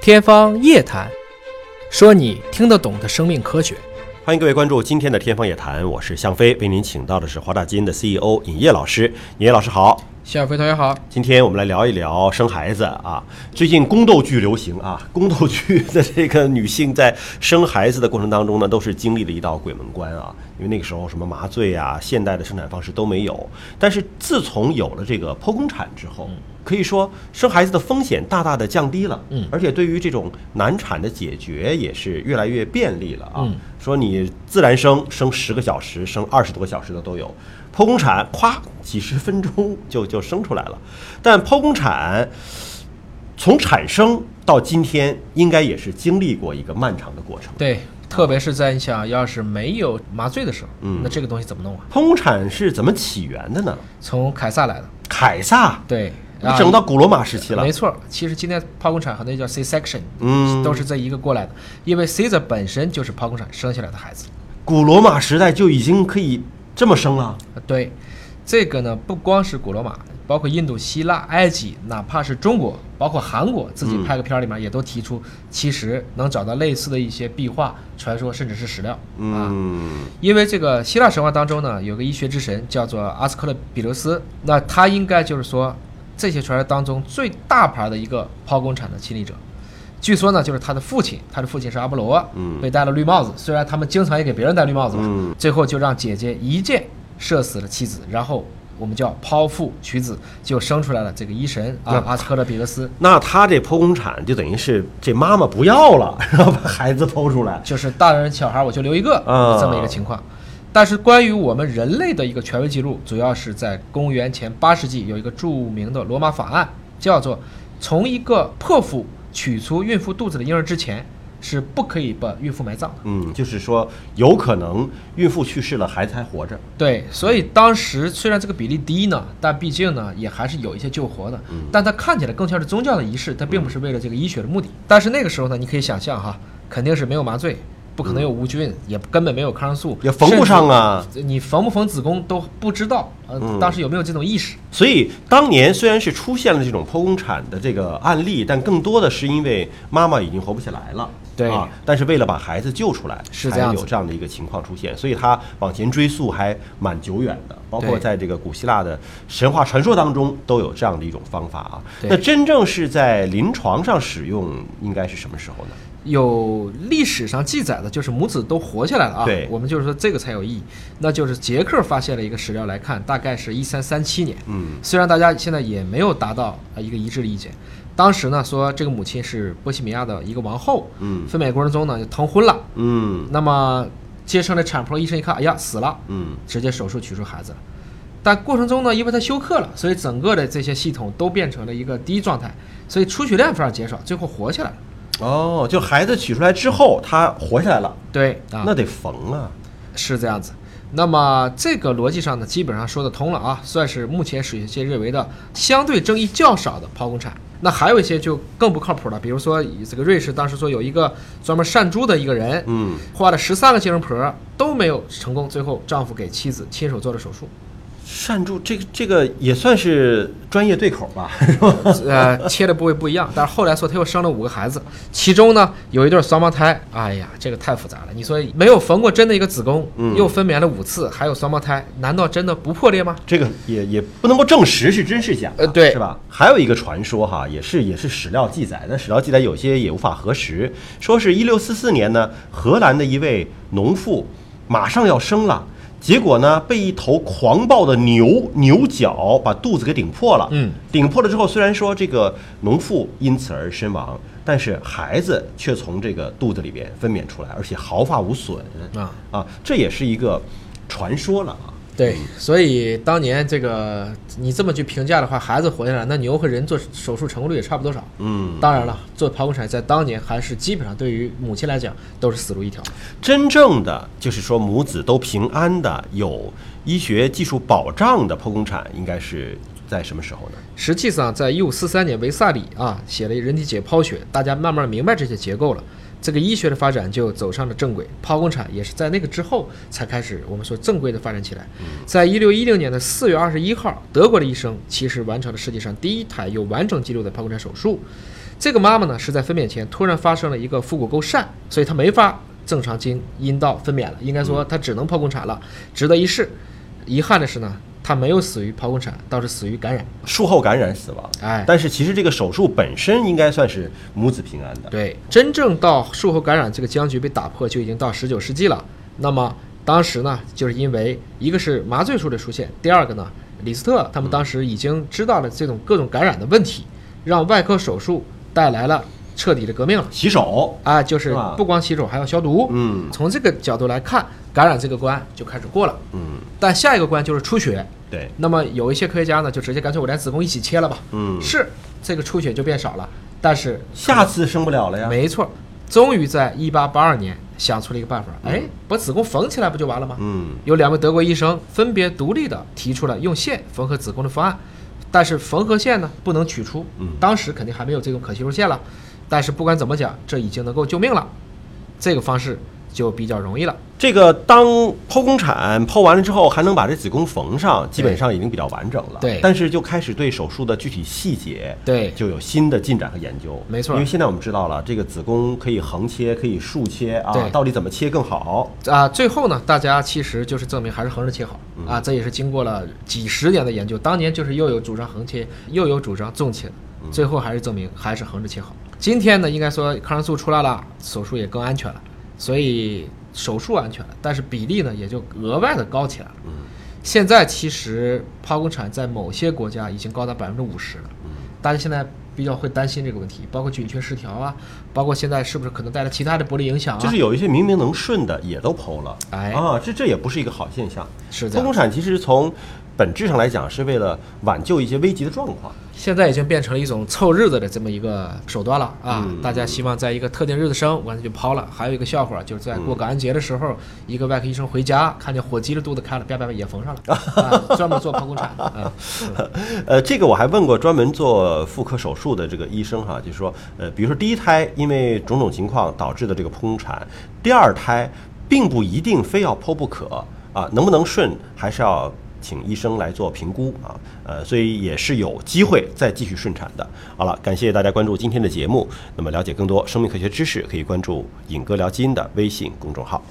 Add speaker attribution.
Speaker 1: 天方夜谭，说你听得懂的生命科学。
Speaker 2: 欢迎各位关注今天的《天方夜谭》，我是向飞，为您请到的是华大基因的 CEO 尹烨老师。尹烨老师好，
Speaker 1: 小飞同学好，
Speaker 2: 今天我们来聊一聊生孩子啊。最近宫斗剧流行啊， 宫斗剧的这个女性在生孩子的过程当中呢，都是经历了一道鬼门关啊。因为那个时候什么麻醉啊，现代的生产方式都没有。但是自从有了这个剖宫产之
Speaker 1: 嗯
Speaker 2: 后，可以说生孩子的风险大大的降低了，
Speaker 1: 嗯
Speaker 2: 而且对于这种难产的解决也是越来越便利了啊。
Speaker 1: 嗯
Speaker 2: 说你自然生，生十个小时，生二十多个小时的都有。剖宫产，咵，几十分钟就就生出来了。但剖宫产从产生到今天，应该也是经历过一个漫长的过程。
Speaker 1: 对，特别是在你想要是没有麻醉的时候，
Speaker 2: 嗯
Speaker 1: 那这个东西怎么弄啊？
Speaker 2: 剖宫产是怎么起源的呢？
Speaker 1: 从凯撒来的，
Speaker 2: 凯撒，
Speaker 1: 对，
Speaker 2: 你
Speaker 1: 啊
Speaker 2: 整到古罗马时期了
Speaker 1: 没。错，其实今天剖宫产很多叫 C section，
Speaker 2: 嗯
Speaker 1: 都是这一个过来的，因为 Caesar 本身就是剖宫产生下来的孩子。
Speaker 2: 古罗马时代就已经可以这么生
Speaker 1: 啊
Speaker 2: 了。
Speaker 1: 对，这个呢不光是古罗马，包括印度、希腊、埃及，哪怕是中国，包括韩国自己拍个片儿里面也都提出，其实能找到类似的一些壁画、传说，甚至是史料、啊。
Speaker 2: 嗯，
Speaker 1: 因为这个希腊神话当中呢，有个医学之神叫做阿斯克勒比留斯，那他应该就是说这些传说当中最大牌的一个剖宫产的亲历者。据说呢，就是他的父亲，他的父亲是阿波罗，
Speaker 2: 嗯
Speaker 1: 被戴了绿帽子。虽然他们经常也给别人戴绿帽子嘛，
Speaker 2: 嗯
Speaker 1: 最后就让姐姐一箭射死了妻子，然后我们叫剖腹取子，就生出来了这个医神啊，阿斯克勒比留斯，
Speaker 2: 那他这剖宫产就等于是这妈妈不要了， 然后把孩子剖出来。
Speaker 1: 就是大人小孩我就留一个、
Speaker 2: 啊
Speaker 1: 这么一个情况。但是关于我们人类的一个权威记录，主要是在公元前八世纪有一个著名的罗马法案，叫做从一个破腹取出孕妇肚子的婴儿之前，是不可以把孕妇埋葬的。
Speaker 2: 嗯，就是说有可能孕妇去世了，孩子还活着。
Speaker 1: 对，所以当时虽然这个比例低呢，但毕竟呢也还是有一些救活的。
Speaker 2: 嗯
Speaker 1: 但它看起来更像是宗教的仪式，它并不是为了这个医学的目的。
Speaker 2: 嗯
Speaker 1: 但是那个时候呢，你可以想象哈，肯定是没有麻醉，不可能有无菌，也根本没有抗生素，
Speaker 2: 也缝不上啊
Speaker 1: 甚至你缝不缝子宫都不知道。呃，
Speaker 2: 嗯
Speaker 1: 当时有没有这种意识？
Speaker 2: 所以当年虽然是出现了这种剖宫产的这个案例，但更多的是因为妈妈已经活不下来了，
Speaker 1: 对
Speaker 2: 啊，但是为了把孩子救出来，
Speaker 1: 是
Speaker 2: 才
Speaker 1: 这样子
Speaker 2: 有这样的一个情况出现，所以它往前追溯还蛮久远的，包括
Speaker 1: 对
Speaker 2: 在这个古希腊的神话传说当中都有这样的一种方法啊。
Speaker 1: 对
Speaker 2: 那真正是在临床上使用，应该是什么时候呢？
Speaker 1: 有历史上记载的，就是母子都活下来了啊。
Speaker 2: 对
Speaker 1: 我们就是说这个才有意义。那就是捷克发现了一个史料来看，大概是一三三七年。
Speaker 2: 嗯，
Speaker 1: 虽然大家现在也没有达到呃一个一致的意见，当时呢说这个母亲是波西米亚的一个王后，
Speaker 2: 嗯
Speaker 1: 分娩过程中呢就疼昏了，
Speaker 2: 嗯
Speaker 1: 那么接生的产婆医生一看，哎呀死了，
Speaker 2: 嗯
Speaker 1: 直接手术取出孩子了。但过程中呢，因为她休克了，所以整个的这些系统都变成了一个低状态，所以出血量反而减少，最后活下来了。
Speaker 2: 哦，就孩子取出来之后，他活下来了，
Speaker 1: 对啊，
Speaker 2: 那得缝啊。
Speaker 1: 是这样子。那么这个逻辑上呢，基本上说得通了啊，算是目前史学界认为的相对争议较少的剖宫产。那还有一些就更不靠谱了，比如说以这个瑞士当时说有一个专门善猪的一个人，
Speaker 2: 嗯，
Speaker 1: 画了十三个精神婆都没有成功，最后丈夫给妻子亲手做了手术。
Speaker 2: 善助这个这个也算是专业对口吧？
Speaker 1: 呃，切的部位不一样，但是后来说他又生了五个孩子，其中呢有一对双胞胎，哎呀，这个太复杂了。你说没有缝过针的一个子宫，
Speaker 2: 嗯
Speaker 1: 又分娩了五次，还有双胞胎，难道真的不破裂吗？
Speaker 2: 这个也也不能够证实是真是假，
Speaker 1: 呃对
Speaker 2: 是吧？还有一个传说哈，也是也是史料记载，但史料记载有些也无法核实，说是一六四四年呢，荷兰的一位农妇马上要生了。结果呢，被一头狂暴的牛牛角把肚子给顶破了。
Speaker 1: 嗯，
Speaker 2: 顶破了之后，虽然说这个农妇因此而身亡，但是孩子却从这个肚子里边分娩出来，而且毫发无损。
Speaker 1: 啊
Speaker 2: 啊，这也是一个传说了啊。
Speaker 1: 对，所以当年这个你这么去评价的话，孩子活下来，那牛和人做手术成功率也差不多少。
Speaker 2: 嗯，
Speaker 1: 当然了，做剖宫产在当年还是基本上对于母亲来讲都是死路一条。
Speaker 2: 真正的就是说母子都平安的、有医学技术保障的剖宫产，应该是在什么时候呢？
Speaker 1: 实际上，在一五四三年，维萨里啊写了《人体解剖学》，大家慢慢明白这些结构了。这个医学的发展就走上了正轨，剖宫产也是在那个之后才开始我们说正规的发展起来。在一六一六年的四月二十一号，德国的医生其实完成了世界上第一台有完整记录的剖宫产手术。这个妈妈呢是在分娩前突然发生了一个腹股沟疝，所以她没法正常经阴道分娩了，应该说她只能剖宫产了，值得一试。遗憾的是呢，她没有死于剖宫产，倒是死于感染。
Speaker 2: 术后感染死亡。
Speaker 1: 哎，
Speaker 2: 但是其实这个手术本身应该算是母子平安的。
Speaker 1: 对，真正到术后感染这个僵局被打破，就已经到十九世纪了。那么当时呢，就是因为一个是麻醉术的出现，第二个呢，李斯特他们当时已经知道了这种各种感染的问题，让外科手术带来了彻底的革命了。
Speaker 2: 洗手，
Speaker 1: 啊，就是
Speaker 2: 是吧
Speaker 1: 不光洗手还要消毒。
Speaker 2: 嗯
Speaker 1: 从这个角度来看，感染这个关就开始过了。
Speaker 2: 嗯，
Speaker 1: 但下一个关就是出血。
Speaker 2: 对，
Speaker 1: 那么有一些科学家呢，就直接干脆我连子宫一起切了吧。
Speaker 2: 嗯，
Speaker 1: 是，这个出血就变少了，但是
Speaker 2: 下次生不了了呀。
Speaker 1: 没错，终于在一八八二年想出了一个办法，哎，把子宫缝起来不就完了吗？
Speaker 2: 嗯，
Speaker 1: 有两位德国医生分别独立的提出了用线缝合子宫的方案，但是缝合线呢不能取出
Speaker 2: 嗯，
Speaker 1: 当时肯定还没有这种可吸入线了，但是不管怎么讲，这已经能够救命了，这个方式就比较容易了。
Speaker 2: 这个当剖宫产剖完了之后，还能把这子宫缝上，基本上已经比较完整了。
Speaker 1: 对
Speaker 2: 但是就开始对手术的具体细节，
Speaker 1: 对
Speaker 2: 就有新的进展和研究。
Speaker 1: 没错
Speaker 2: 因为现在我们知道了，这个子宫可以横切，可以竖切啊
Speaker 1: 对，
Speaker 2: 到底怎么切更好？
Speaker 1: 啊，最后呢，大家其实就是证明还是横着切好啊，这也是经过了几十年的研究，当年就是又有主张横切，又有主张纵切的，最后还是证明还是横着切好。今天呢，应该说抗生素出来了，手术也更安全了，所以手术安全了，但是比例呢也就额外的高起来了。现在其实剖宫产在某些国家已经高达百分之五十了，大家现在比较会担心这个问题，包括菌缺失调啊，包括现在是不是可能带来其他的不利影响啊？
Speaker 2: 就是有一些明明能顺的也都剖了，
Speaker 1: 哎
Speaker 2: 啊，这这也不是一个好现象。
Speaker 1: 是这样
Speaker 2: 剖宫。产其实从本质上来讲是为了挽救一些危急的状况。
Speaker 1: 现在已经变成了一种凑日子的这么一个手段了啊！大家希望在一个特定日子生，完了就抛了。还有一个笑话，就是在过感恩节的时候，一个外科医生回家看见火鸡的肚子开了，啪啪啪也缝上了，啊、专门做剖宫产的啊。
Speaker 2: 呃，这个我还问过专门做妇科手术的这个医生哈，就是说，呃，比如说第一胎因为种种情况导致的这个剖宫产，第二胎并不一定非要剖不可啊，能不能顺还是要。请医生来做评估啊，呃，所以也是有机会再继续顺产的。好了，感谢大家关注今天的节目。那么了解更多生命科学知识，可以关注“尹哥聊基因”的微信公众号。